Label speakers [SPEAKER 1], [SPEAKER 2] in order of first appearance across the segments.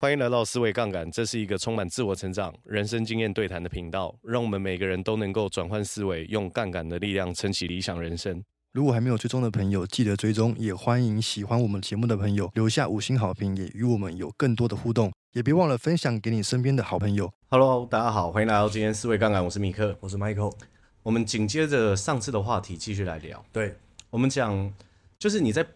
[SPEAKER 1] 欢迎来到思维杠杆，这是一个充满自我成长、人生经验对谈的频道，让我们每个人都能够转换思维，用杠杆的力量撑起理想人生。
[SPEAKER 2] 如果还没有追踪的朋友，记得追踪，也欢迎喜欢我们节目的朋友留下五星好评，也与我们有更多的互动，也别忘了分享给你身边的好朋友。
[SPEAKER 1] Hello，大家好，欢迎来到今天思维杠杆，我是米克。
[SPEAKER 2] 我是 Michael，
[SPEAKER 1] 我们紧接着上次的话题继续来聊，
[SPEAKER 2] 对，
[SPEAKER 1] 我们讲就是你在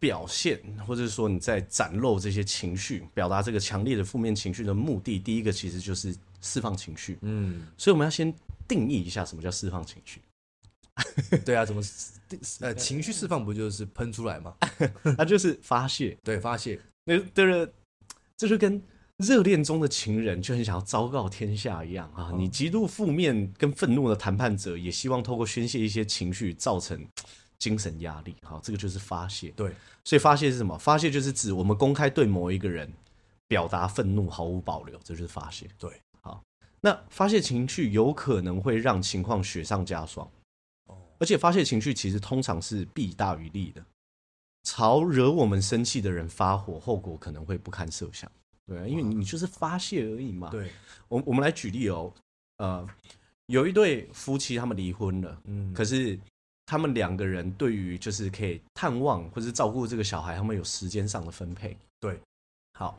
[SPEAKER 1] 表现，或者说你在展露这些情绪，表达这个强烈的负面情绪的目的，第一个其实就是释放情绪，
[SPEAKER 2] 嗯，
[SPEAKER 1] 所以我们要先定义一下什么叫释放情绪。
[SPEAKER 3] 对啊，怎么呃
[SPEAKER 2] 情
[SPEAKER 3] 情绪释放不就是喷出来嘛？
[SPEAKER 1] 它就是发泄。
[SPEAKER 3] 对，发泄。
[SPEAKER 1] 那对了，这就跟热恋中的情人就很想要昭告天下一样啊！
[SPEAKER 3] 哦
[SPEAKER 1] 你极度负面跟愤怒的谈判者，也希望透过宣泄一些情绪，造成精神压力。好，这个就是发泄。
[SPEAKER 3] 对，
[SPEAKER 1] 所以发泄是什么？发泄就是指我们公开对某一个人表达愤怒毫无保留，这就是发泄。
[SPEAKER 3] 对，
[SPEAKER 1] 好，那发泄情绪有可能会让情况雪上加霜。
[SPEAKER 3] 哦
[SPEAKER 1] 而且发泄情绪其实通常是弊大于利的。朝惹我们生气的人发火，后果可能会不堪设想。对啊，因为你你就是发泄而已嘛。，
[SPEAKER 3] 对，
[SPEAKER 1] 我我们来举例哦，呃，有一对夫妻他们离婚了，
[SPEAKER 3] 嗯，
[SPEAKER 1] 可是他们两个人对于就是可以探望或是照顾这个小孩，他们有时间上的分配。
[SPEAKER 3] 对，
[SPEAKER 1] 好，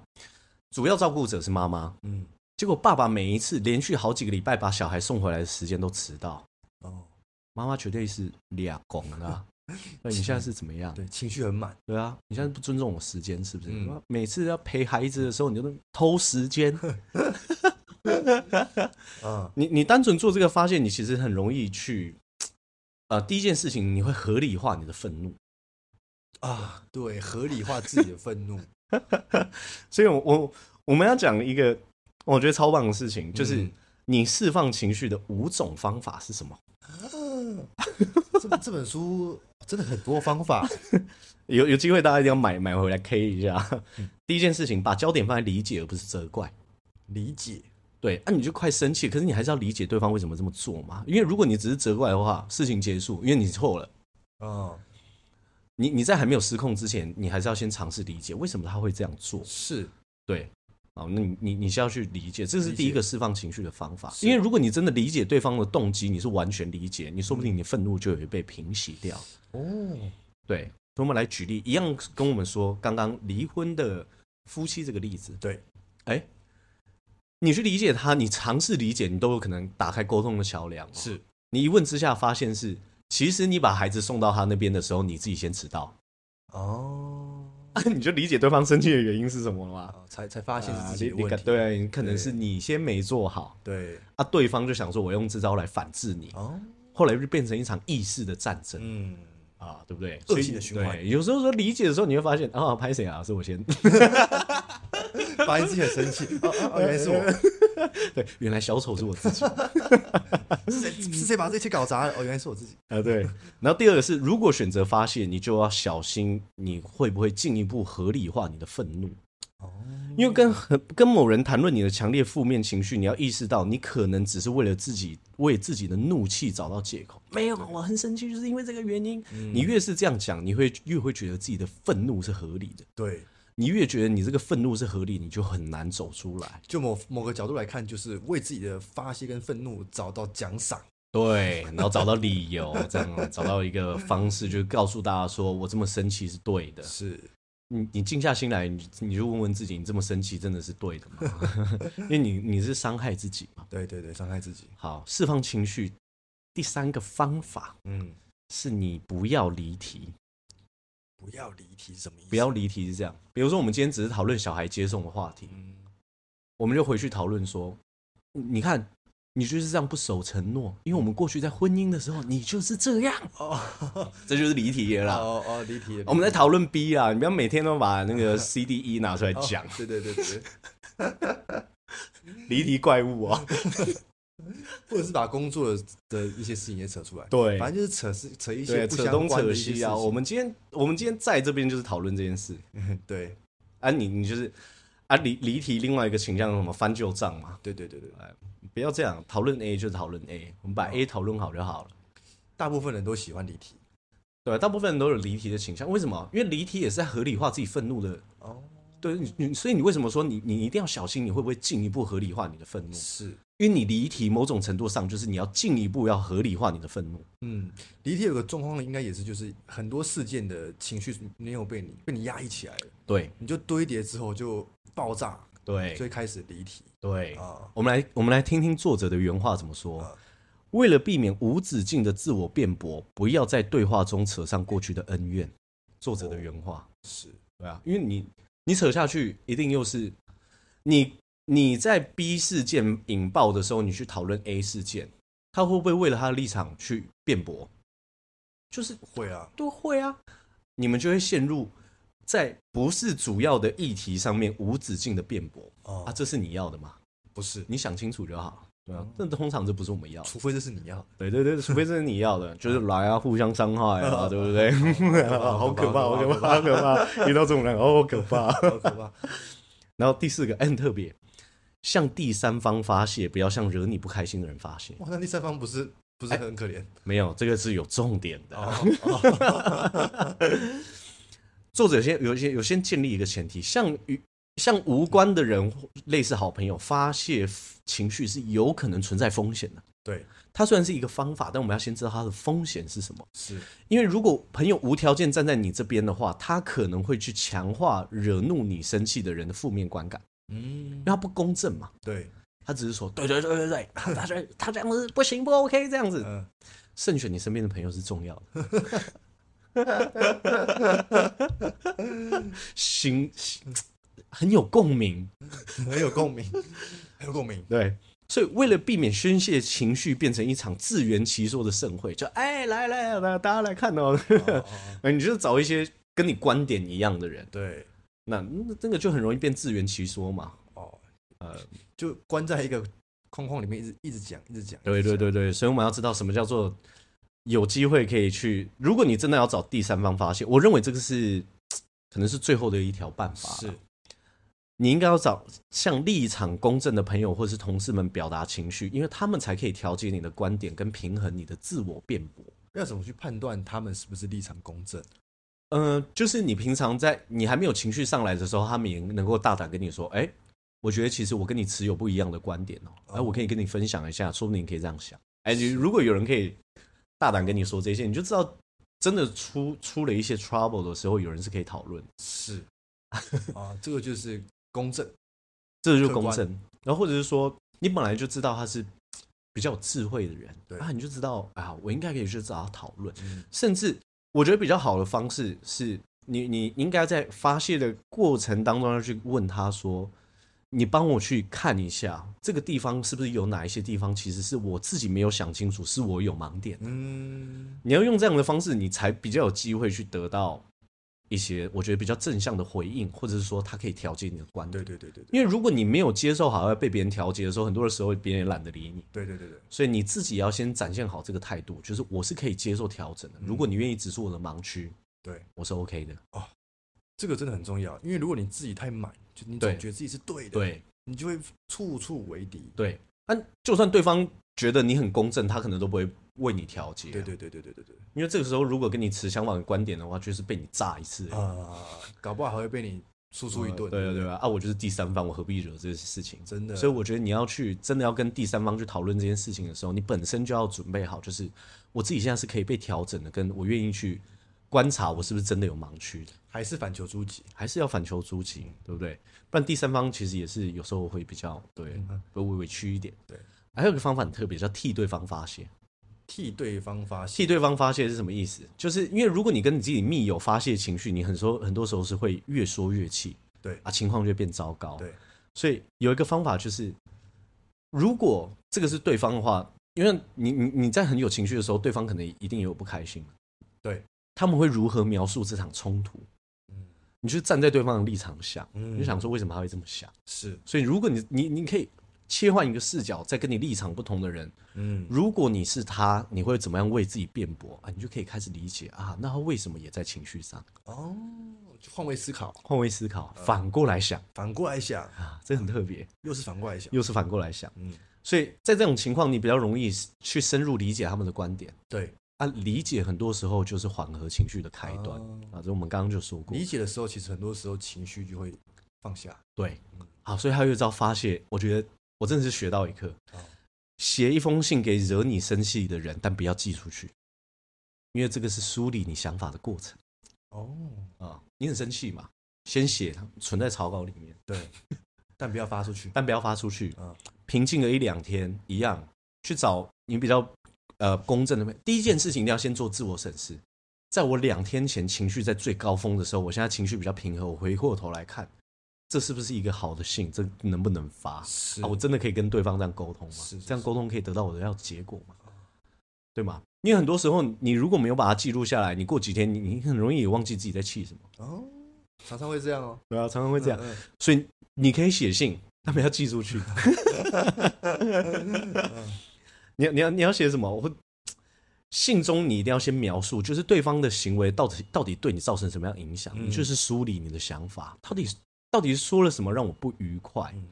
[SPEAKER 1] 主要照顾者是妈妈，
[SPEAKER 3] 嗯，
[SPEAKER 1] 结果爸爸每一次连续好几个礼拜把小孩送回来的时间都迟到，
[SPEAKER 3] 哦，
[SPEAKER 1] 妈妈绝对是俩拱的 啊。那你现在是怎么样？
[SPEAKER 3] 对，情绪很满，
[SPEAKER 1] 对啊，你现在不尊重我时间是不是？
[SPEAKER 3] 嗯
[SPEAKER 1] 妈每次要陪孩子的时候，你就能偷时间。
[SPEAKER 3] 嗯，
[SPEAKER 1] 你你单纯做这个发现，你其实很容易去，呃，第一件事情你会合理化你的愤怒。
[SPEAKER 3] 啊，对，合理化自己的愤怒，
[SPEAKER 1] 所以我，我我们要讲一个我觉得超棒的事情，就是
[SPEAKER 3] 嗯
[SPEAKER 1] 你释放情绪的五种方法是什么？
[SPEAKER 3] 这本这本书真的很多方法，
[SPEAKER 1] 有有机会大家一定要买买回来 K 一下。
[SPEAKER 3] 嗯
[SPEAKER 1] 第一件事情，把焦点放在理解，而不是责怪。
[SPEAKER 3] 理解，
[SPEAKER 1] 对，啊那、你就快生气，可是你还是要理解对方为什么这么做嘛。因为如果你只是责怪的话，事情结束，因为你错了。
[SPEAKER 3] 嗯，
[SPEAKER 1] 你你在还没有失控之前，你还是要先尝试理解为什么他会这样做。
[SPEAKER 3] 是，
[SPEAKER 1] 对，好，那你你你是要去理解，这是
[SPEAKER 3] 理
[SPEAKER 1] 第一
[SPEAKER 3] 解
[SPEAKER 1] 个释放情绪的方法。
[SPEAKER 3] 是
[SPEAKER 1] 因为如果你真的理解对方的动机，你是完全理解，你说不
[SPEAKER 3] 嗯
[SPEAKER 1] 定你愤怒就会被平息掉。
[SPEAKER 3] 哦，
[SPEAKER 1] 对，所以我们来举例，一样跟我们说刚刚离婚的夫妻这个例子，
[SPEAKER 3] 对，
[SPEAKER 1] 哎，你去理解他，你尝试理解，你都有可能打开沟通的桥梁、哦
[SPEAKER 3] 是，
[SPEAKER 1] 你一问之下发现是，其实你把孩子送到他那边的时候，你自己先迟到，
[SPEAKER 3] 哦，
[SPEAKER 1] 你就理解对方生气的原因是什么了吗？
[SPEAKER 3] 啊才才发现是
[SPEAKER 1] 啊
[SPEAKER 3] 自己
[SPEAKER 1] 你
[SPEAKER 3] 的
[SPEAKER 1] 你
[SPEAKER 3] 问
[SPEAKER 1] 可
[SPEAKER 3] 题，
[SPEAKER 1] 对，可能是你先没做好
[SPEAKER 3] 对，
[SPEAKER 1] 啊，对方就想说我用这招来反制你，
[SPEAKER 3] 哦，
[SPEAKER 1] 后来就变成一场意识的战争、
[SPEAKER 3] 嗯，
[SPEAKER 1] 啊，对不对？
[SPEAKER 3] 恶性的循环
[SPEAKER 1] 对有时候说理解的时候，你会发现啊，拍谁啊？是我先，
[SPEAKER 3] 发现自己很生气，哦哦，哦原来是 我，
[SPEAKER 1] 对，原来小丑是我自己啊，
[SPEAKER 3] 是谁是谁把这一切搞砸了？哦，原来是我 自己，
[SPEAKER 1] 啊对。然后第二个是，如果选择发泄，你就要小心，你会不会进一步合理化你的愤怒？
[SPEAKER 3] 哦，
[SPEAKER 1] 因为跟很跟某人谈论你的强烈负面情绪，你要意识到，你可能只是为了自己为自己的怒气找到借口。没有，我很生气，就是因为这个原因。你越是这样讲，你会越会觉得自己的愤怒是合理的。
[SPEAKER 3] 对。
[SPEAKER 1] 你越觉得你这个愤怒是合理，你就很难走出来。
[SPEAKER 3] 就某某个角度来看，就是为自己的发泄跟愤怒找到奖赏。
[SPEAKER 1] 对， 然后找到理由，这样找到一个方式，就是告诉大家说我这么生气是对的。
[SPEAKER 3] 是，
[SPEAKER 1] 你你静下心来，你你就问问自己，你这么生气真的是对的 吗？因为你你是伤害自己嘛。
[SPEAKER 3] 对对对，伤害自己。
[SPEAKER 1] 好，释放情绪，第三个方法
[SPEAKER 3] 嗯，
[SPEAKER 1] 是你不要离题。
[SPEAKER 3] 不要离题是什么意思？
[SPEAKER 1] 不要离题是这样，比如说我们今天只是讨论小孩接送的话题，
[SPEAKER 3] 嗯，
[SPEAKER 1] 我们就回去讨论说，你你看，你就是这样不守承诺，因为我们过去在婚姻的时候，你就是这样，
[SPEAKER 3] 哦
[SPEAKER 1] 这就是离题了啦。
[SPEAKER 3] 哦哦，离题了。
[SPEAKER 1] 我们在讨论 B 啊，你不要每天都把那个 C、D、E 拿出来
[SPEAKER 3] 哦
[SPEAKER 1] 讲，
[SPEAKER 3] 对对对 对，对
[SPEAKER 1] 离题怪物 啊。
[SPEAKER 3] 或者是把工作的的一些事情也扯出来。
[SPEAKER 1] 对
[SPEAKER 3] 反正就是扯是扯一些
[SPEAKER 1] 对，
[SPEAKER 3] 不
[SPEAKER 1] 扯
[SPEAKER 3] 相
[SPEAKER 1] 东
[SPEAKER 3] 关的
[SPEAKER 1] 扯
[SPEAKER 3] 一些事
[SPEAKER 1] 西
[SPEAKER 3] 情
[SPEAKER 1] 啊。我们今天我们今天在这边就是讨论这件事
[SPEAKER 3] 对
[SPEAKER 1] 啊，你你就是啊离离题，另外一个倾向是什么翻旧账嘛？
[SPEAKER 3] 对对对对，
[SPEAKER 1] 不要这样，讨论 A 就是讨论 A，我们把 A 讨论好就好了。啊
[SPEAKER 3] 大部分人都喜欢离题。
[SPEAKER 1] 对，大部分人都有离题的倾向，为什么？因为离题也是在合理化自己愤怒的
[SPEAKER 3] 哦
[SPEAKER 1] 对你你，所以你为什么说你你一定要小心，你会不会进一步合理化你的愤怒？
[SPEAKER 3] 是，
[SPEAKER 1] 因为你离题某种程度上就是你要进一步要合理化你的愤怒。
[SPEAKER 3] 嗯，离题有个状况呢，应该也是就是很多事件的情绪没有被你被你压抑起来了，
[SPEAKER 1] 对
[SPEAKER 3] 你就堆叠之后就爆炸，就
[SPEAKER 1] 对
[SPEAKER 3] 会开始离题
[SPEAKER 1] 对，
[SPEAKER 3] 啊。
[SPEAKER 1] 我们来我们来听听作者的原话怎么说
[SPEAKER 3] 啊。
[SPEAKER 1] 为了避免无止境的自我辩驳，不要在对话中扯上过去的恩怨。作者的原话，
[SPEAKER 3] 是，
[SPEAKER 1] 对啊，因为你你扯下去，一定又是你你在 B 事件引爆的时候，你去讨论 A 事件，他会不会为了他的立场去辩驳？就是
[SPEAKER 3] 会啊，
[SPEAKER 1] 都会啊，你们就会陷入在不是主要的议题上面无止境的辩驳
[SPEAKER 3] 哦、
[SPEAKER 1] 啊，这是你要的吗？
[SPEAKER 3] 不是，
[SPEAKER 1] 你想清楚就好。对啊，但通常这不是我们要的。
[SPEAKER 3] 除非这是你啊要，
[SPEAKER 1] 对对对，除非这是你要的，就是来啊，互相伤害啊，对不对？ 好可怕，好可怕，好可怕！遇到这种人，好可怕。
[SPEAKER 3] 好可怕。
[SPEAKER 1] 然后第四个，哎很特别，向第三方发泄，不要向惹你不开心的人发泄。
[SPEAKER 3] 哇，那第三方不是不是很可怜？
[SPEAKER 1] 没有，这个是有重点的。
[SPEAKER 3] 哦，
[SPEAKER 1] 作者先有些有先建立一个前提，向与向无关的人，类似好朋友发泄情绪是有可能存在风险的。
[SPEAKER 3] 对，
[SPEAKER 1] 它虽然是一个方法，但我们要先知道它的风险是什么。
[SPEAKER 3] 是
[SPEAKER 1] 因为如果朋友无条件站在你这边的话，他可能会去强化惹怒你生气的人的负面观感，
[SPEAKER 3] 嗯
[SPEAKER 1] 因为，他不公正嘛。
[SPEAKER 3] 对，
[SPEAKER 1] 他只是说对对对对对，他这他这样子不行不 OK 这样子。
[SPEAKER 3] 嗯，
[SPEAKER 1] 慎选你身边的朋友是重要 的。心心很有共鸣，
[SPEAKER 3] 很有共鸣， 很有共鸣。
[SPEAKER 1] 对。所以，为了避免宣泄情绪变成一场自圆其说的盛会，就哎，来来来，大家来看哦。
[SPEAKER 3] 哦 哦哦
[SPEAKER 1] 你就找一些跟你观点一样的人，
[SPEAKER 3] 对，
[SPEAKER 1] 那那那个就很容易变自圆其说嘛。
[SPEAKER 3] 哦，
[SPEAKER 1] 呃，
[SPEAKER 3] 就关在一个框框里面，一直一直讲，一直讲。
[SPEAKER 1] 对
[SPEAKER 3] 一直
[SPEAKER 1] 对
[SPEAKER 3] 讲，
[SPEAKER 1] 对对，所以我们要知道什么叫做有机会可以去。如果你真的要找第三方发泄，我认为这个是可能是最后的一条办法。
[SPEAKER 3] 是，
[SPEAKER 1] 你应该要找向立场公正的朋友或是同事们表达情绪，因为他们才可以调节你的观点跟平衡你的自我辩驳。
[SPEAKER 3] 要怎么去判断他们是不是立场公正？
[SPEAKER 1] 呃，就是你平常在你还没有情绪上来的时候，他们也能够大胆跟你说：“哎、我觉得其实我跟你持有不一样的观点哦、哎、我可以跟你分享一下，说不定你可以这样想。哎、你如果有人可以大胆跟你说这些，你就知道真的出出了一些 trouble 的时候，有人是可以讨论的，
[SPEAKER 3] 是 啊，这个就是公正。
[SPEAKER 1] 这就是
[SPEAKER 3] 客观
[SPEAKER 1] 公正。然后或者是说，你本来就知道他是比较有智慧的人，
[SPEAKER 3] 对
[SPEAKER 1] 啊，你就知道啊，我应该可以去找他讨论。
[SPEAKER 3] 嗯，
[SPEAKER 1] 甚至我觉得比较好的方式是你你应该在发泄的过程当中要去问他说，你帮我去看一下这个地方是不是有哪一些地方其实是我自己没有想清楚，是我有盲点。
[SPEAKER 3] 嗯，
[SPEAKER 1] 你要用这样的方式，你才比较有机会去得到一些我觉得比较正向的回应，或者是说他可以调节你的观
[SPEAKER 3] 对
[SPEAKER 1] 点。
[SPEAKER 3] 对对对对
[SPEAKER 1] 因为如果你没有接受好，要被别人调节的时候，很多的时候别人也懒得理你。
[SPEAKER 3] 对对对对，
[SPEAKER 1] 所以你自己要先展现好这个态度，就是我是可以接受调整的。如果你愿意指出我的盲区，
[SPEAKER 3] 嗯对
[SPEAKER 1] 我是 OK 的。
[SPEAKER 3] 这个真的很重要。因为如果你自己太满，就你总
[SPEAKER 1] 对
[SPEAKER 3] 觉得自己是对的，
[SPEAKER 1] 对
[SPEAKER 3] 你就会处处为敌。
[SPEAKER 1] 对，但就算对方觉得你很公正，他可能都不会为你调节。啊
[SPEAKER 3] 对，对对对对对对
[SPEAKER 1] 因为这个时候如果跟你持相反的观点的话，就是被你炸一次。
[SPEAKER 3] 啊，搞不好还会被你输出一顿。
[SPEAKER 1] 对对对吧？啊，我就是第三方，我何必惹这些事情？
[SPEAKER 3] 真的
[SPEAKER 1] 所以我觉得你要去真的要跟第三方去讨论这件事情的时候，你本身就要准备好，就是我自己现在是可以被调整的，跟我愿意去观察我是不是真的有盲区的。
[SPEAKER 3] 还是反求诸己。
[SPEAKER 1] 还是要反求诸己，对不对？不然第三方其实也是有时候会比较对，
[SPEAKER 3] 啊
[SPEAKER 1] 会委屈一点。
[SPEAKER 3] 对，
[SPEAKER 1] 还有一个方法很特别，叫替对方发泄。
[SPEAKER 3] 替对方发泄。
[SPEAKER 1] 替对方发泄是什么意思？就是因为如果你跟你自己密友发泄情绪，你很说很多时候是会越说越气，
[SPEAKER 3] 对
[SPEAKER 1] 啊，情况就会变糟糕。
[SPEAKER 3] 对，
[SPEAKER 1] 所以有一个方法就是，如果这个是对方的话，因为你你你在很有情绪的时候，对方可能一定也有不开心，
[SPEAKER 3] 对，
[SPEAKER 1] 他们会如何描述这场冲突？
[SPEAKER 3] 嗯
[SPEAKER 1] 你就站在对方的立场想，
[SPEAKER 3] 嗯
[SPEAKER 1] 你就想说为什么他会这么想？
[SPEAKER 3] 是，
[SPEAKER 1] 所以如果你你你可以切换一个视角，在跟你立场不同的人，
[SPEAKER 3] 嗯，
[SPEAKER 1] 如果你是他，你会怎么样为自己辩驳啊？你就可以开始理解啊，那他为什么也在情绪上？
[SPEAKER 3] 哦，就换位思考，
[SPEAKER 1] 换位思考，
[SPEAKER 3] 嗯
[SPEAKER 1] 反过来想
[SPEAKER 3] 反过来想，
[SPEAKER 1] 啊，这很特别，
[SPEAKER 3] 又是反过来想，
[SPEAKER 1] 又是反过来想。
[SPEAKER 3] 嗯，
[SPEAKER 1] 所以在这种情况，你比较容易去深入理解他们的观点
[SPEAKER 3] 对，
[SPEAKER 1] 啊。理解很多时候就是缓和情绪的开端
[SPEAKER 3] 哦
[SPEAKER 1] 啊，这我们刚刚就说过
[SPEAKER 3] 理。解的时候，其实很多时候情绪就会放下。
[SPEAKER 1] 对，好，所以还有一招发泄，我觉得我真的是学到一课
[SPEAKER 3] 哦。
[SPEAKER 1] 写一封信给惹你生气的人，但不要寄出去，因为这个是梳理你想法的过程
[SPEAKER 3] 哦，
[SPEAKER 1] 啊。你很生气嘛，先写它存在草稿里面，
[SPEAKER 3] 对， 但不要发出去。
[SPEAKER 1] 但不要发出去
[SPEAKER 3] 嗯。
[SPEAKER 1] 平静个一两天，一样去找你比较呃公正的。第一件事情一定要先做自我审视，在我两天前情绪在最高峰的时候，我现在情绪比较平和，我回过头来看，这是不是一个好的信？这能不能发？
[SPEAKER 3] 是
[SPEAKER 1] 啊，我真的可以跟对方这样沟通吗？
[SPEAKER 3] 是是嗯
[SPEAKER 1] 这样沟通可以得到我的要结果吗？对吗？因为很多时候，你如果没有把它记录下来，你过几天，你你很容易也忘记自己在气什么。
[SPEAKER 3] 哦，常常会这样哦，
[SPEAKER 1] 对啊，常常会这样。
[SPEAKER 3] 嗯
[SPEAKER 1] 所以你可以写信，但不要寄出 去。你要你要你要写什么？我会信中你一定要先描述，就是对方的行为到底到底对你造成什么样影响，
[SPEAKER 3] 嗯
[SPEAKER 1] 你就是梳理你的想法，到底到底说了什么让我不愉快
[SPEAKER 3] 嗯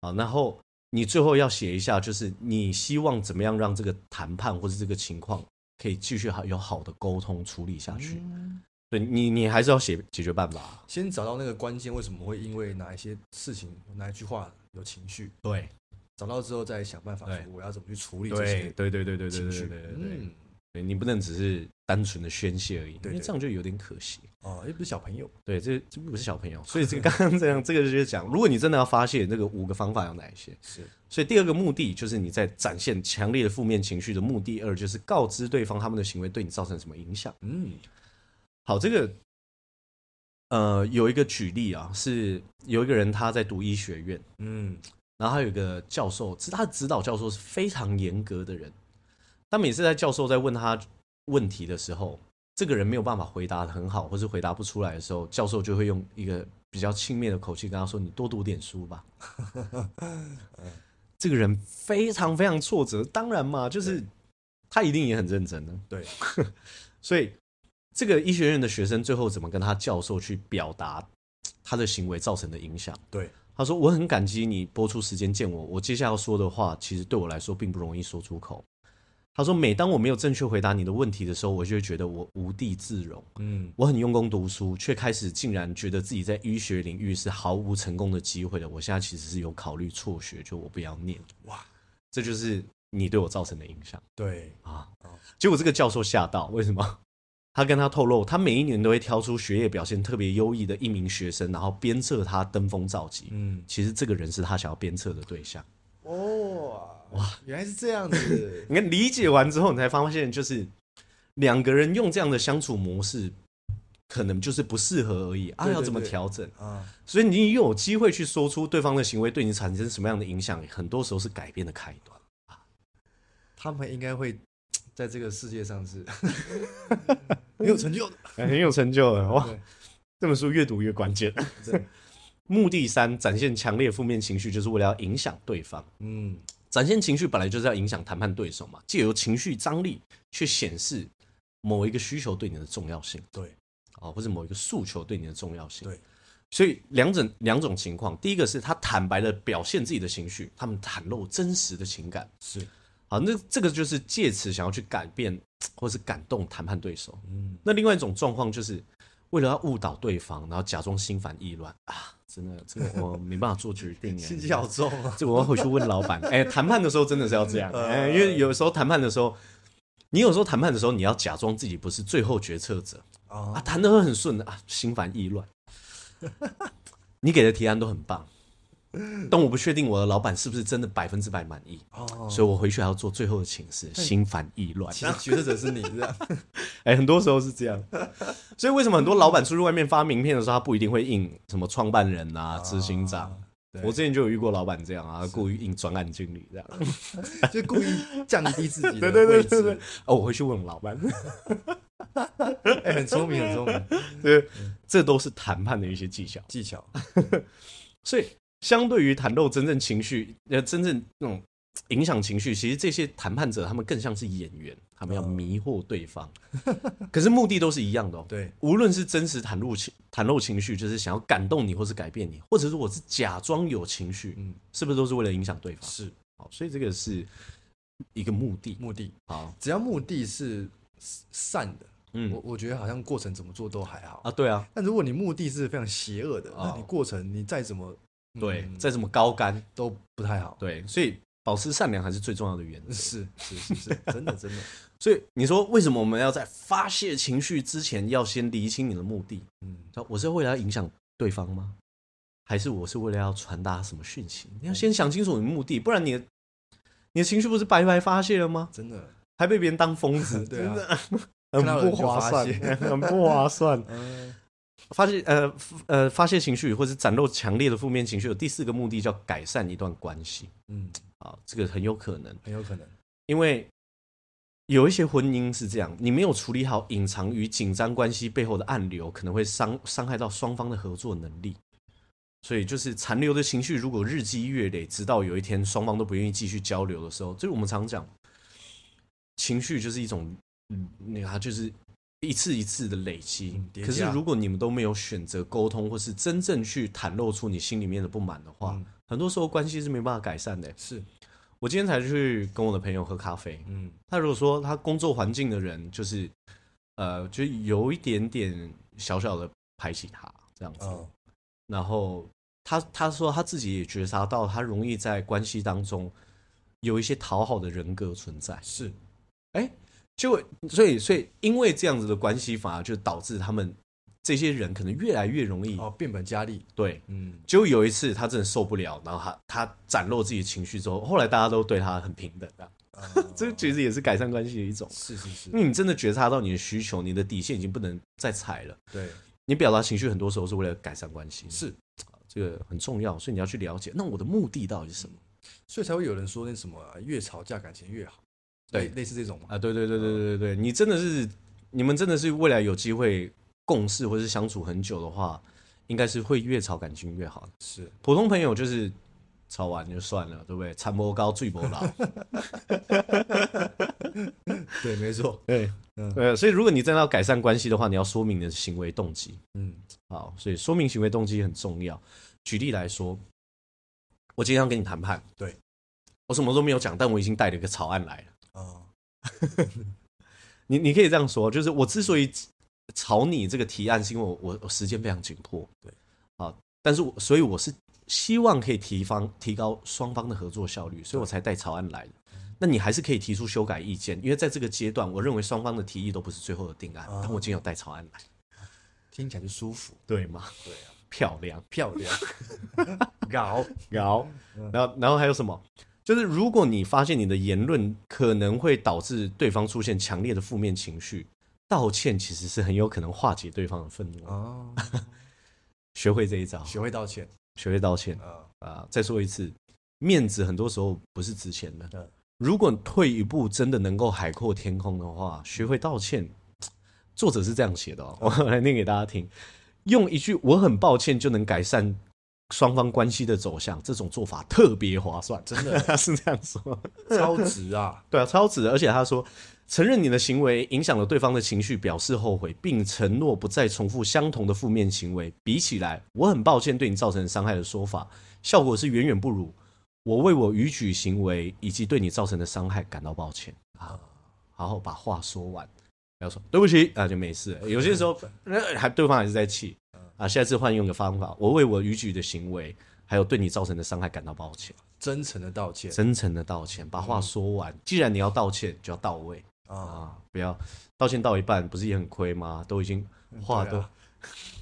[SPEAKER 1] 啊？然后你最后要写一下，就是你希望怎么样让这个谈判或是这个情况可以继续好有好的沟通处理下去。
[SPEAKER 3] 嗯
[SPEAKER 1] 对你你还是要写解决办法。
[SPEAKER 3] 先找到那个关键，为什么会因为哪一些事情、哪一句话有情绪，
[SPEAKER 1] 对
[SPEAKER 3] 找到之后再想办法，
[SPEAKER 1] 对
[SPEAKER 3] 说我要怎么去处理这
[SPEAKER 1] 对
[SPEAKER 3] 些
[SPEAKER 1] 对对对对对
[SPEAKER 3] 情
[SPEAKER 1] 对
[SPEAKER 3] 绪。
[SPEAKER 1] 对对对
[SPEAKER 3] 嗯，
[SPEAKER 1] 对，你不能只是单纯的宣泄而已，因
[SPEAKER 3] 对
[SPEAKER 1] 为
[SPEAKER 3] 对
[SPEAKER 1] 这样就有点可惜。
[SPEAKER 3] 哦，又不是小朋友，
[SPEAKER 1] 对，这这不是小朋友，所以这个刚刚这样，这个就是讲，如果你真的要发泄，这个五个方法有哪一些？
[SPEAKER 3] 是
[SPEAKER 1] 所以第二个目的就是你在展现强烈的负面情绪的目的二，就是告知对方他们的行为对你造成什么影响。
[SPEAKER 3] 嗯，
[SPEAKER 1] 好，这个呃有一个举例啊，是有一个人他在读医学院，
[SPEAKER 3] 嗯，
[SPEAKER 1] 然后他有一个教授，是他的指导教授是非常严格的人，但每次在教授在问他问题的时候，这个人没有办法回答的很好，或是回答不出来的时候，教授就会用一个比较轻蔑的口气跟他说：“你多读点书吧。”这个人非常非常挫折，当然嘛，就是他一定也很认真的，
[SPEAKER 3] 对，
[SPEAKER 1] 所以这个医学院的学生最后怎么跟他教授去表达他的行为造成的影响？
[SPEAKER 3] 对，
[SPEAKER 1] 他说：“我很感激你播出时间见我，我接下来要说的话，其实对我来说并不容易说出口。”他说：“每当我没有正确回答你的问题的时候，我就会觉得我无地自容。
[SPEAKER 3] 嗯，
[SPEAKER 1] 我很用功读书，却开始竟然觉得自己在医学领域是毫无成功的机会的。我现在其实是有考虑辍学，就我不要念。
[SPEAKER 3] 哇，
[SPEAKER 1] 这就是你对我造成的影响
[SPEAKER 3] 对，
[SPEAKER 1] 啊
[SPEAKER 3] 哦！
[SPEAKER 1] 结果这个教授吓到，为什么？ 他跟他透露，他每一年都会挑出学业表现特别优异的一名学生，然后鞭策他登峰造极。
[SPEAKER 3] 嗯，
[SPEAKER 1] 其实这个人是他想要鞭策的对象。，
[SPEAKER 3] 哦，哇，原来是这样子
[SPEAKER 1] 你看，理解完之后，你才发现，就是两个人用这样的相处模式，可能就是不适合而已啊。
[SPEAKER 3] 对对
[SPEAKER 1] 要怎么
[SPEAKER 3] 对
[SPEAKER 1] 调整？
[SPEAKER 3] 啊，
[SPEAKER 1] 所以你有机会去说出对方的行为对你产生什么样的影响，很多时候是改变的开端。
[SPEAKER 3] 他们应该会在这个世界 上是很有成就的，
[SPEAKER 1] 哎很有成就的哇
[SPEAKER 3] 对！
[SPEAKER 1] 这本书越读越关键。
[SPEAKER 3] 真的，
[SPEAKER 1] 目的三，展现强烈负面情绪，就是为了要影响对方。
[SPEAKER 3] 嗯，
[SPEAKER 1] 展现情绪本来就是要影响谈判对手嘛，借由情绪张力去显示某一个需求对你的重要性，
[SPEAKER 3] 对，
[SPEAKER 1] 啊、或者某一个诉求对你的重要性。
[SPEAKER 3] 对，
[SPEAKER 1] 所以两种两种情况，第一个是他坦白的表现自己的情绪，他们袒露真实的情感。
[SPEAKER 3] 是，
[SPEAKER 1] 好，那这个就是借此想要去改变或是感动谈判对手。
[SPEAKER 3] 嗯，
[SPEAKER 1] 那另外一种状况就是为了要误导对方，然后假装心烦意乱啊，真的，这个我没办法做决定耶，
[SPEAKER 3] 心机好重 啊，
[SPEAKER 1] 这我要回去问老板。哎、谈判的时候真的是要这样，
[SPEAKER 3] 呃
[SPEAKER 1] 哎、因为有时候谈判的时候，你有时候谈判的时候，你要假装自己不是最后决策者啊，
[SPEAKER 3] 啊，
[SPEAKER 1] 谈的会很顺的啊，心烦意 乱。你给的提案都很棒，但我不确定我的老板是不是真的百分之百满意，
[SPEAKER 3] 哦，
[SPEAKER 1] 所以我回去还要做最后的请示，心烦意乱。
[SPEAKER 3] 其实决策者是你这 样，
[SPEAKER 1] 哎、很多时候是这 样，所以为什么很多老板出去外面发名片的时候，他不一定会印什么创办人啊、执行长？
[SPEAKER 3] 哦对
[SPEAKER 1] 我之前就有遇过老板这样啊，故意印专案经理这样。
[SPEAKER 3] 就故意降低自己 的
[SPEAKER 1] 对对对
[SPEAKER 3] 位置，
[SPEAKER 1] 对对，哦，我回去问我老板。
[SPEAKER 3] 哎，很聪明，很聪明，
[SPEAKER 1] 对，这都是谈判的一些技巧。
[SPEAKER 3] 技巧，
[SPEAKER 1] 所以，相对于袒露真正情绪，呃，真正那种影响情绪，其实这些谈判者他们更像是演员，他们要迷惑对 方，可是目的都是一样的哦。
[SPEAKER 3] 对，
[SPEAKER 1] 无论是真实袒露情袒露情绪，就是想要感动你，或是改变你，或者是我是假装有情绪，
[SPEAKER 3] 嗯，
[SPEAKER 1] 是不是都是为了影响对方？
[SPEAKER 3] 是
[SPEAKER 1] 好，所以这个是一个目的。
[SPEAKER 3] 目的，
[SPEAKER 1] 好，
[SPEAKER 3] 只要目的是善的，
[SPEAKER 1] 嗯
[SPEAKER 3] 我我觉得好像过程怎么做都还好
[SPEAKER 1] 啊，对啊，
[SPEAKER 3] 但如果你目的是非常邪恶的，
[SPEAKER 1] 哦
[SPEAKER 3] 那你过程你再怎么
[SPEAKER 1] 对，
[SPEAKER 3] 嗯
[SPEAKER 1] 再怎么高干，
[SPEAKER 3] 都不太好。
[SPEAKER 1] 对，所以保持善良还是最重要的原则。
[SPEAKER 3] 是是是是，真的真的，
[SPEAKER 1] 所以你说为什么我们要在发泄情绪之前要先厘清你的目的？
[SPEAKER 3] 嗯，
[SPEAKER 1] 我是为了要影响对方吗？还是我是为了要传达什么讯息？你要先想清楚你的目的，不然你的你的情绪不是白白发泄了吗？
[SPEAKER 3] 真的，
[SPEAKER 1] 还被别人当疯子，
[SPEAKER 3] 对 啊
[SPEAKER 1] 真的
[SPEAKER 3] 看到
[SPEAKER 1] 很
[SPEAKER 3] 人
[SPEAKER 1] 不
[SPEAKER 3] 就
[SPEAKER 1] 划
[SPEAKER 3] 发
[SPEAKER 1] 算，
[SPEAKER 3] 泄
[SPEAKER 1] 很不划算。
[SPEAKER 3] 嗯，
[SPEAKER 1] 发泄呃呃发泄情绪或者展露强烈的负面情绪，有第四个目的叫改善一段关系
[SPEAKER 3] 嗯，
[SPEAKER 1] 啊，这个很有可能。
[SPEAKER 3] 很有可能，
[SPEAKER 1] 因为有一些婚姻是这样，你没有处理好隐藏与紧张关系背后的暗流，可能会伤伤害到双方的合作能力。所以，就是残留的情绪，如果日积月累，直到有一天双方都不愿意继续交流的时候，就是我们常讲，情绪就是一种，嗯，那它就是一次一次的累积
[SPEAKER 3] 嗯。叠
[SPEAKER 1] 可是，
[SPEAKER 3] 加
[SPEAKER 1] 如果你们都没有选择沟通，或是真正去袒露出你心里面的不满的话，
[SPEAKER 3] 嗯
[SPEAKER 1] 很多时候关系是没办法改善的。
[SPEAKER 3] 是，
[SPEAKER 1] 我今天才去跟我的朋友喝咖 啡，
[SPEAKER 3] 嗯
[SPEAKER 1] 他如果说他工作环境的人就是呃，就有一点点小小的排挤他这样子，
[SPEAKER 3] 哦，
[SPEAKER 1] 然后他他说他自己也觉察到，他容易在关系当中有一些讨好的人格存在，
[SPEAKER 3] 是，
[SPEAKER 1] 就所以所以因为这样子的关系，反而就导致他们这些人可能越来越容易、
[SPEAKER 3] 哦，变本加厉，
[SPEAKER 1] 对。
[SPEAKER 3] 嗯，
[SPEAKER 1] 就有一次他真的受不了，然后他他展露自己的情绪之后，后来大家都对他很平等啊，这其实也是改善关系的一种。
[SPEAKER 3] 是是是
[SPEAKER 1] 因，为你真的觉察到你的需求，你的底线已经不能再踩了。
[SPEAKER 3] 对，
[SPEAKER 1] 你表达情绪很多时候是为了改善关系，
[SPEAKER 3] 是，
[SPEAKER 1] 这个很重要，所以你要去了解。那我的目的到底是什么
[SPEAKER 3] 所以才会有人说那什么啊越吵架感情越好，
[SPEAKER 1] 对
[SPEAKER 3] 类类似这种嘛，
[SPEAKER 1] 啊？对对对对对对对，你真的是，你们真的是未来有机会共事或是相处很久的话，应该是会越吵感情越好。
[SPEAKER 3] 是，
[SPEAKER 1] 普通朋友就是吵完就算了，对不对？缠不高，醉不 老。
[SPEAKER 3] 对，没错，
[SPEAKER 1] 对，呃，所以如果你真的要改善关系的话，你要说明你的行为动机。
[SPEAKER 3] 嗯，
[SPEAKER 1] 好，所以说明行为动机很重要。举例来说，我今天要跟你谈判，
[SPEAKER 3] 对
[SPEAKER 1] 我什么都没有讲，但我已经带了一个草案来了。
[SPEAKER 3] 哦，
[SPEAKER 1] 你你可以这样说，就是我之所以吵你这个提案，是因为我我我时间非常紧迫，
[SPEAKER 3] 对，
[SPEAKER 1] 好，但是我所以我是希望可以提方提高双方的合作效率，所以我才带草案来的。
[SPEAKER 3] 嗯
[SPEAKER 1] 那你还是可以提出修改意见，因为在这个阶段，我认为双方的提议都不是最后的定案，
[SPEAKER 3] 啊
[SPEAKER 1] 但我今天有带草案来，
[SPEAKER 3] 听起来就舒服，
[SPEAKER 1] 对吗？
[SPEAKER 3] 对啊，
[SPEAKER 1] 漂亮。
[SPEAKER 3] 漂亮，
[SPEAKER 1] 搞搞，
[SPEAKER 3] 嗯
[SPEAKER 1] 然后然后还有什么？就是如果你发现你的言论可能会导致对方出现强烈的负面情绪，道歉其实是很有可能化解对方的愤怒。
[SPEAKER 3] 哦，
[SPEAKER 1] 学会这一招，
[SPEAKER 3] 学会道歉，
[SPEAKER 1] 学会道歉
[SPEAKER 3] 啊，
[SPEAKER 1] 啊！再说一次，面子很多时候不是值钱的。
[SPEAKER 3] 嗯
[SPEAKER 1] 如果退一步真的能够海阔天空的话，学会道歉，作者是这样写的哦，我来念给大家听。用一句“我很抱歉”就能改善双方关系的走向，这种做法特别划算，真的他 是这样说。
[SPEAKER 3] 超值啊，
[SPEAKER 1] 对啊，超值的。而且他说，承认你的行为影响了对方的情绪，表示后悔，并承诺不再重复相同的负面行为，比起来，我很抱歉对你造成伤害的说法，效果是远远不如我为我逾矩行为以及对你造成的伤害感到抱歉啊。然后把话说完，不要说对不起啊，就没事了。有些时候，呃还对方还是在气啊。下次换用个方法，我为我逾矩的行为。还有对你造成的伤害感到抱歉，
[SPEAKER 3] 真诚的道歉
[SPEAKER 1] 真诚的道歉，把
[SPEAKER 3] 嗯
[SPEAKER 1] 话说完。既然你要道歉，就要到位。
[SPEAKER 3] 啊，
[SPEAKER 1] 啊，不要道歉到一半，不是也很亏吗？都已经话
[SPEAKER 3] 对
[SPEAKER 1] 都
[SPEAKER 3] 啊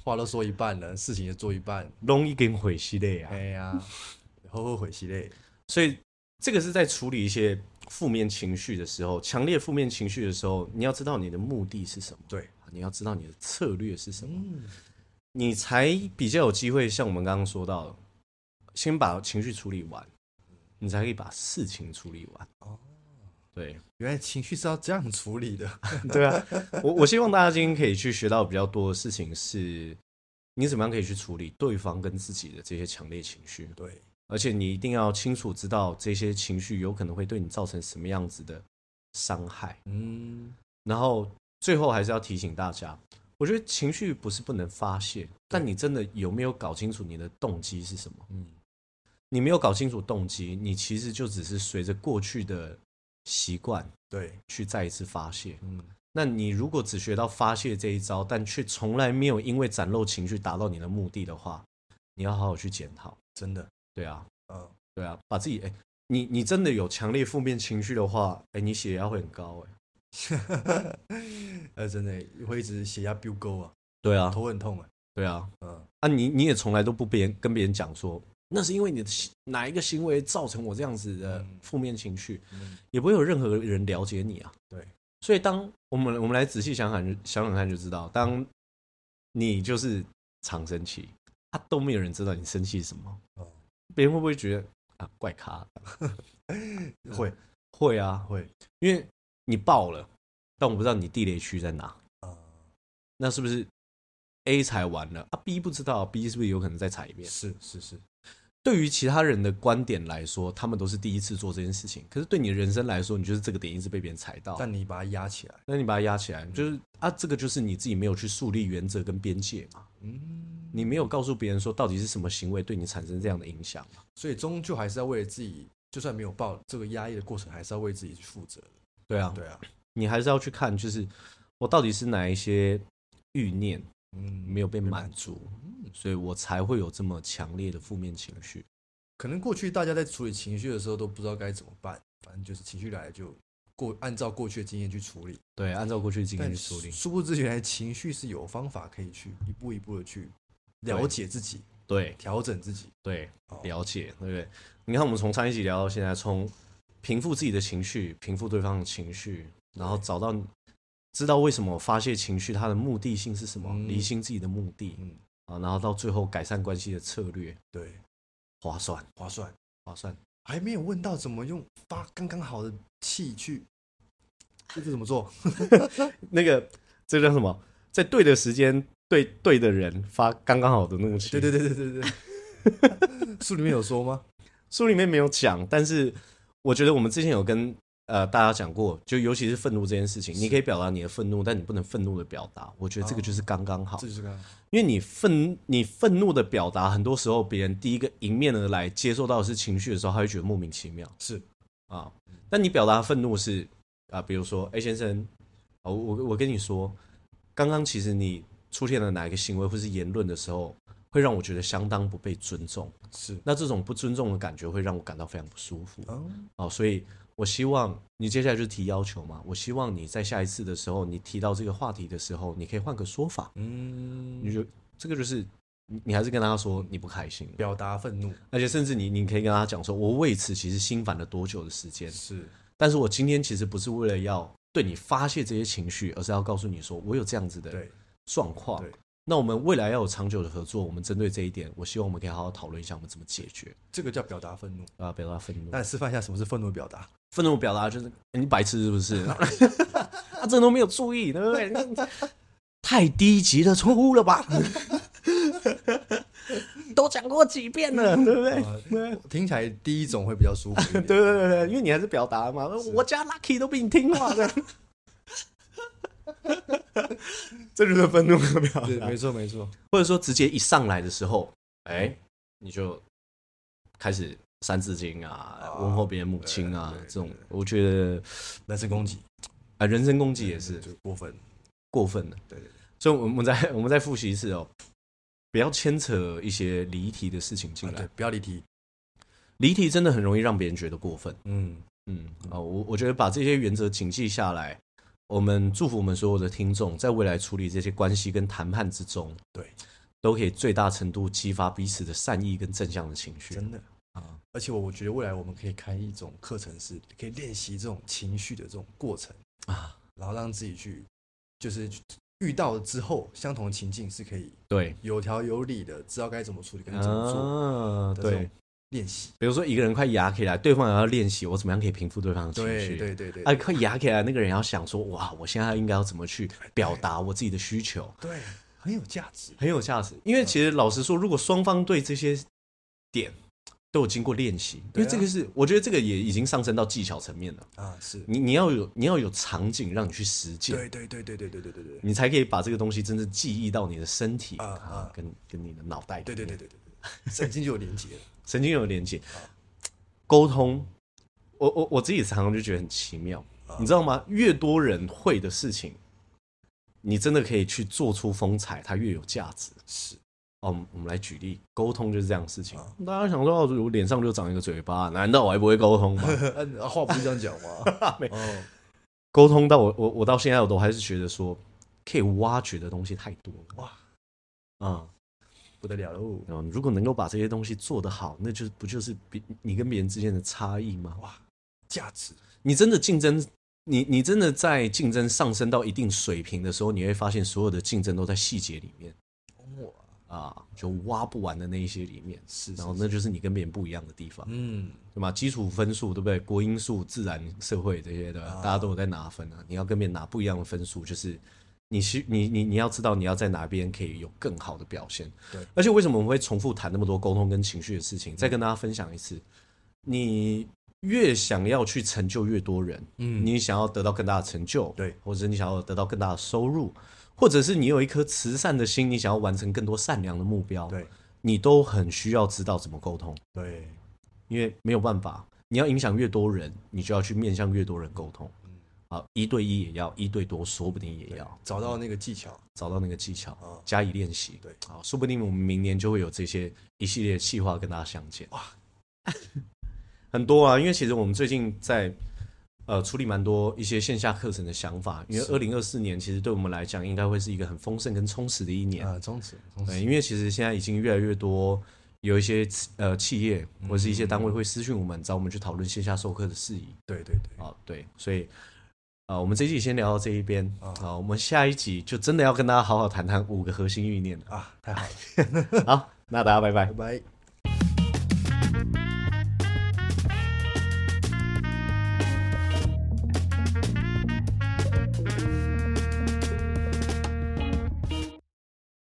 [SPEAKER 3] 话都说一半了，事情也做一半，
[SPEAKER 1] 弄一根毁系列啊，
[SPEAKER 3] 哎呀， 后后悔系列，
[SPEAKER 1] 所以这个是在处理一些负面情绪的时候，强烈负面情绪的时候，你要知道你的目的是什么，
[SPEAKER 3] 对，
[SPEAKER 1] 你要知道你的策略是什么，
[SPEAKER 3] 嗯，
[SPEAKER 1] 你才比较有机会像我们刚刚说到的，先把情绪处理完，你才可以把事情处理完。
[SPEAKER 3] 哦
[SPEAKER 1] 对，
[SPEAKER 3] 原来情绪是要这样处理的，
[SPEAKER 1] 对啊，我我希望大家今天可以去学到比较多的事情是，你怎么样可以去处理对方跟自己的这些强烈情绪，
[SPEAKER 3] 对，
[SPEAKER 1] 而且你一定要清楚知道这些情绪有可能会对你造成什么样子的伤害。
[SPEAKER 3] 嗯，
[SPEAKER 1] 然后最后还是要提醒大家，我觉得情绪不是不能发泄，但你真的有没有搞清楚你的动机是什么？
[SPEAKER 3] 嗯，
[SPEAKER 1] 你没有搞清楚动机，你其实就只是随着过去的习惯
[SPEAKER 3] 对，
[SPEAKER 1] 去再一次发泄。
[SPEAKER 3] 嗯，
[SPEAKER 1] 那你如果只学到发泄这一招，但却从来没有因为展露情绪达到你的目的的话，你要好好去检讨。
[SPEAKER 3] 真 的，
[SPEAKER 1] 对啊，
[SPEAKER 3] 嗯，
[SPEAKER 1] 对啊，把自己哎、你你真的有强烈负面情绪的话，哎、你血压会很高哎、
[SPEAKER 3] 呃，真的会一直血压飙高啊，
[SPEAKER 1] 对啊，
[SPEAKER 3] 头很痛啊，
[SPEAKER 1] 对啊，
[SPEAKER 3] 嗯，
[SPEAKER 1] 啊你你也从来都不别人跟别人讲说，那是因为你的行哪一个行为造成我这样子的
[SPEAKER 3] 嗯
[SPEAKER 1] 负面情绪，
[SPEAKER 3] 嗯
[SPEAKER 1] 也不会有任何人了解你啊。
[SPEAKER 3] 对，
[SPEAKER 1] 所以当我们我们来仔细想想想想看就知道，当你就是常生气，啊都没有人知道你生气什么
[SPEAKER 3] 哦，
[SPEAKER 1] 别人会不会觉得啊怪 咖？
[SPEAKER 3] 会
[SPEAKER 1] 会啊，
[SPEAKER 3] 会
[SPEAKER 1] 因为你爆了，但我不知道你地雷区在哪，
[SPEAKER 3] 啊，
[SPEAKER 1] 那是不是 A 踩完了啊？B 不知道，B 是不是有可能再踩一遍？
[SPEAKER 3] 是是是，
[SPEAKER 1] 对于其他人的观点来说，他们都是第一次做这件事情，可是对你人生来说，你就是这个点一直被别人踩到，
[SPEAKER 3] 但你把它压起来，
[SPEAKER 1] 那你把它压起来，就是啊，这个就是你自己没有去树立原则跟边界嘛，
[SPEAKER 3] 嗯，
[SPEAKER 1] 你没有告诉别人说到底是什么行为对你产生这样的影响嘛，
[SPEAKER 3] 所以终究还是要为了自己，就算没有报这个压抑的过程，还是要为自己去负责的。
[SPEAKER 1] 对啊，
[SPEAKER 3] 对啊，
[SPEAKER 1] 你还是要去看，就是我到底是哪一些欲念
[SPEAKER 3] 嗯，
[SPEAKER 1] 没有被满足，所以我才会有这么强烈的负面情绪。
[SPEAKER 3] 可能过去大家在处理情绪的时候都不知道该怎么办，反正就是情绪来了就过按照过去的经验去处理。
[SPEAKER 1] 对，按照过去的经验
[SPEAKER 3] 但
[SPEAKER 1] 去处理，
[SPEAKER 3] 殊不知原来情绪是有方法可以去一步一步的去了
[SPEAKER 1] 对
[SPEAKER 3] 解自己、
[SPEAKER 1] 对
[SPEAKER 3] 调整自己。
[SPEAKER 1] 对
[SPEAKER 3] 哦，
[SPEAKER 1] 了解，对不对？你看，我们从上一集聊到现在，从平复自己的情绪，平复对方的情绪，然后找到知道为什么发泄情绪，它的目的性是什么，
[SPEAKER 3] 嗯
[SPEAKER 1] 厘清自己的目的
[SPEAKER 3] 嗯，
[SPEAKER 1] 啊，然后到最后改善关系的策略，
[SPEAKER 3] 对，
[SPEAKER 1] 划算，
[SPEAKER 3] 划算。
[SPEAKER 1] 划算。
[SPEAKER 3] 还没有问到怎么用发刚刚好的气去，这是怎么做？
[SPEAKER 1] 那个这叫什么？在对的时间对对的人发刚刚好的怒气，
[SPEAKER 3] 对对对对对对。 书里面有说吗？
[SPEAKER 1] 书里面没有讲，但是我觉得我们之前有跟呃大家讲过，就尤其是哦愤怒这件事情，你可以表达你的愤怒，但你不能愤怒的表达。我觉得这个就是刚刚好，
[SPEAKER 3] 这就是刚刚
[SPEAKER 1] 因为你愤你愤怒的表达，很多时候别人第一个迎面而来接受到的是情绪的时候，他会觉得莫名其妙
[SPEAKER 3] 是
[SPEAKER 1] 啊。但你表达愤怒是啊、比如说，哎、先生，啊，我我我跟你说，刚刚其实你出现了哪一个行为或是言论的时候，会让我觉得相当不被尊重。
[SPEAKER 3] 是
[SPEAKER 1] 那这种不尊重的感觉会让我感到非常不舒服
[SPEAKER 3] 哦
[SPEAKER 1] 哦，所以我希望你接下来就提要求嘛，我希望你在下一次的时候，你提到这个话题的时候，你可以换个说法，
[SPEAKER 3] 嗯，
[SPEAKER 1] 你就这个就是你你还是跟他说你不开心，
[SPEAKER 3] 表达愤怒
[SPEAKER 1] 而且甚至你你可以跟他讲说，我为此其实心烦了多久的时间，
[SPEAKER 3] 是
[SPEAKER 1] 但是我今天其实不是为了要对你发泄这些情绪，而是要告诉你说我有这样子的
[SPEAKER 3] 对
[SPEAKER 1] 状况
[SPEAKER 3] 对。
[SPEAKER 1] 那我们未来要有长久的合作，我们针对这一点，我希望我们可以好好讨论一下我们怎么解决
[SPEAKER 3] 这个叫表达愤怒。
[SPEAKER 1] 啊，表达愤怒。
[SPEAKER 3] 那你示范一下什么是愤怒表达？
[SPEAKER 1] 愤怒表达就是、欸你白痴是不是？ 他、啊、真的都没有注意，对不对？那太低级的错误了吧？ 都讲过几遍了，对不哎对？
[SPEAKER 3] 呃听起来第一种会比较舒服一点。
[SPEAKER 1] 对对对对，因为你还是表达嘛，我家 Lucky 都比你听话的， 这就是愤怒的表
[SPEAKER 3] 对，
[SPEAKER 1] 达
[SPEAKER 3] 没，错没错。
[SPEAKER 1] 或者说直接一上来的时候，哎、你就开始三字经啊，问候别人母亲啊
[SPEAKER 3] 对，对
[SPEAKER 1] 这种我觉得
[SPEAKER 3] 人身攻击
[SPEAKER 1] 啊，人身攻击也是
[SPEAKER 3] 就过分。
[SPEAKER 1] 过分的。
[SPEAKER 3] 对对对，
[SPEAKER 1] 所以我们再 我们再复习一次哦，不要牵扯一些离题的事情进
[SPEAKER 3] 啊
[SPEAKER 1] 来
[SPEAKER 3] 对，，不要离题。
[SPEAKER 1] 离题真的很容易让别人觉得过分。
[SPEAKER 3] 嗯，
[SPEAKER 1] 嗯，啊、我我觉得把这些原则谨记下来，我们祝福我们所有的听众，在未来处理这些关系跟谈判之中，
[SPEAKER 3] 对，
[SPEAKER 1] 都可以最大程度激发彼此的善意跟正向的情绪。
[SPEAKER 3] 真的啊。而且我我觉得未来我们可以开一种课程是，可以练习这种情绪的这种过程
[SPEAKER 1] 啊，
[SPEAKER 3] 然后让自己去，就是遇到之后相同的情境是可以
[SPEAKER 1] 对，
[SPEAKER 3] 有条有理的，知道该怎么处理跟怎么做
[SPEAKER 1] 啊，
[SPEAKER 3] 的这
[SPEAKER 1] 对
[SPEAKER 3] 种，练习。
[SPEAKER 1] 比如说一个人快牙起来，对方也要练习我怎么样可以平复对方的情
[SPEAKER 3] 对
[SPEAKER 1] 绪。
[SPEAKER 3] 对对对
[SPEAKER 1] 啊，快压起来！那个人要想说，哇，我现在应该要怎么去表达我自己的需求，
[SPEAKER 3] 对，很有价值。
[SPEAKER 1] 很有价值。因
[SPEAKER 3] 嗯
[SPEAKER 1] 为其实老实说，如果双方对这些点都有经过练习，因
[SPEAKER 3] 对啊
[SPEAKER 1] 为这个是我觉得这个也已经上升到技巧层面了。
[SPEAKER 3] 啊，是，
[SPEAKER 1] 你你要有你要有场景让你去实践，
[SPEAKER 3] 对对对对对对对对对，
[SPEAKER 1] 你才可以把这个东西真正记忆到你的身体
[SPEAKER 3] 啊
[SPEAKER 1] 啊
[SPEAKER 3] 啊，
[SPEAKER 1] 跟跟你的脑袋里面。
[SPEAKER 3] 对对对对对对，神经就有连接了。
[SPEAKER 1] 神经有连接，沟通。
[SPEAKER 3] 啊
[SPEAKER 1] 我我我自己常常就觉得很奇妙，你知道吗？越多人会的事情，你真的可以去做出风采，它越有价值。
[SPEAKER 3] 是嗯
[SPEAKER 1] 哦，我们我们来举例，沟通就是这样的事情。大家想说，哦我脸上就长一个嘴巴，难道我还不会沟 通吗？
[SPEAKER 3] 嗯，啊话不是这样讲 吗？
[SPEAKER 1] 没
[SPEAKER 3] 哦，
[SPEAKER 1] 沟通到我我我到现在我都还是觉得说，可以挖掘的东西太多了。
[SPEAKER 3] 哇，
[SPEAKER 1] 啊、
[SPEAKER 3] 不得了喽！
[SPEAKER 1] 嗯，如果能够把这些东西做得好，那就不就是比你跟别人之间的差异吗？
[SPEAKER 3] 哇，价值
[SPEAKER 1] 你真的竞争，你你真的在竞争上升到一定水平的时候，你会发现所有的竞争都在细节里面
[SPEAKER 3] 哇，
[SPEAKER 1] 啊，就挖不完的那一些里面。
[SPEAKER 3] 是
[SPEAKER 1] 然后那就是你跟别人不一样的地方，
[SPEAKER 3] 嗯，
[SPEAKER 1] 对吗？基础分数对不对？国英数、自然、社会这些
[SPEAKER 3] 啊
[SPEAKER 1] 的，大家都有在拿分啊。你要跟别人拿不一样的分数，就是你需你你你要知道你要在哪边可以有更好的表现。
[SPEAKER 3] 对嗯
[SPEAKER 1] 而且为什么我们会重复谈那么多沟通跟情绪的事情？再跟大家分享一次，你越想要去成就越多人，
[SPEAKER 3] 嗯
[SPEAKER 1] 你想要得到更大的成就，
[SPEAKER 3] 对
[SPEAKER 1] 或者你想要得到更大的收入，或者是你有一颗慈善的心，你想要完成更多善良的目标，
[SPEAKER 3] 对
[SPEAKER 1] 你都很需要知道怎么沟通，
[SPEAKER 3] 对，
[SPEAKER 1] 因为没有办法，你要影响越多人，你就要去面向越多人沟通。啊，一对一也要，一对多，说不定也要
[SPEAKER 3] 找到那个技巧，
[SPEAKER 1] 找到那个技巧
[SPEAKER 3] 哦，
[SPEAKER 1] 加以练习。
[SPEAKER 3] 对
[SPEAKER 1] 好，说不定我们明年就会有这些一系列细化跟大家相见。哇，很多啊，因为其实我们最近在呃处理蛮多一些线下课程的想法，因为二零二四年其实对我们来讲应该会是一个很丰盛跟充实的一年。
[SPEAKER 3] 啊，宗旨宗
[SPEAKER 1] 对，
[SPEAKER 3] 旨，
[SPEAKER 1] 因为其实现在已经越来越多有一些呃企业或是一些单位会私讯我们，找我们去讨论线下授课的事宜
[SPEAKER 3] 对对对，
[SPEAKER 1] 啊、对，所以啊、呃我们这一集先聊到这一边啊、
[SPEAKER 3] 啊
[SPEAKER 1] 我们下一集就真的要跟大家好好谈谈五个核心欲念了。
[SPEAKER 3] 啊，太好了，
[SPEAKER 1] 好，那大家拜拜
[SPEAKER 3] 拜。拜。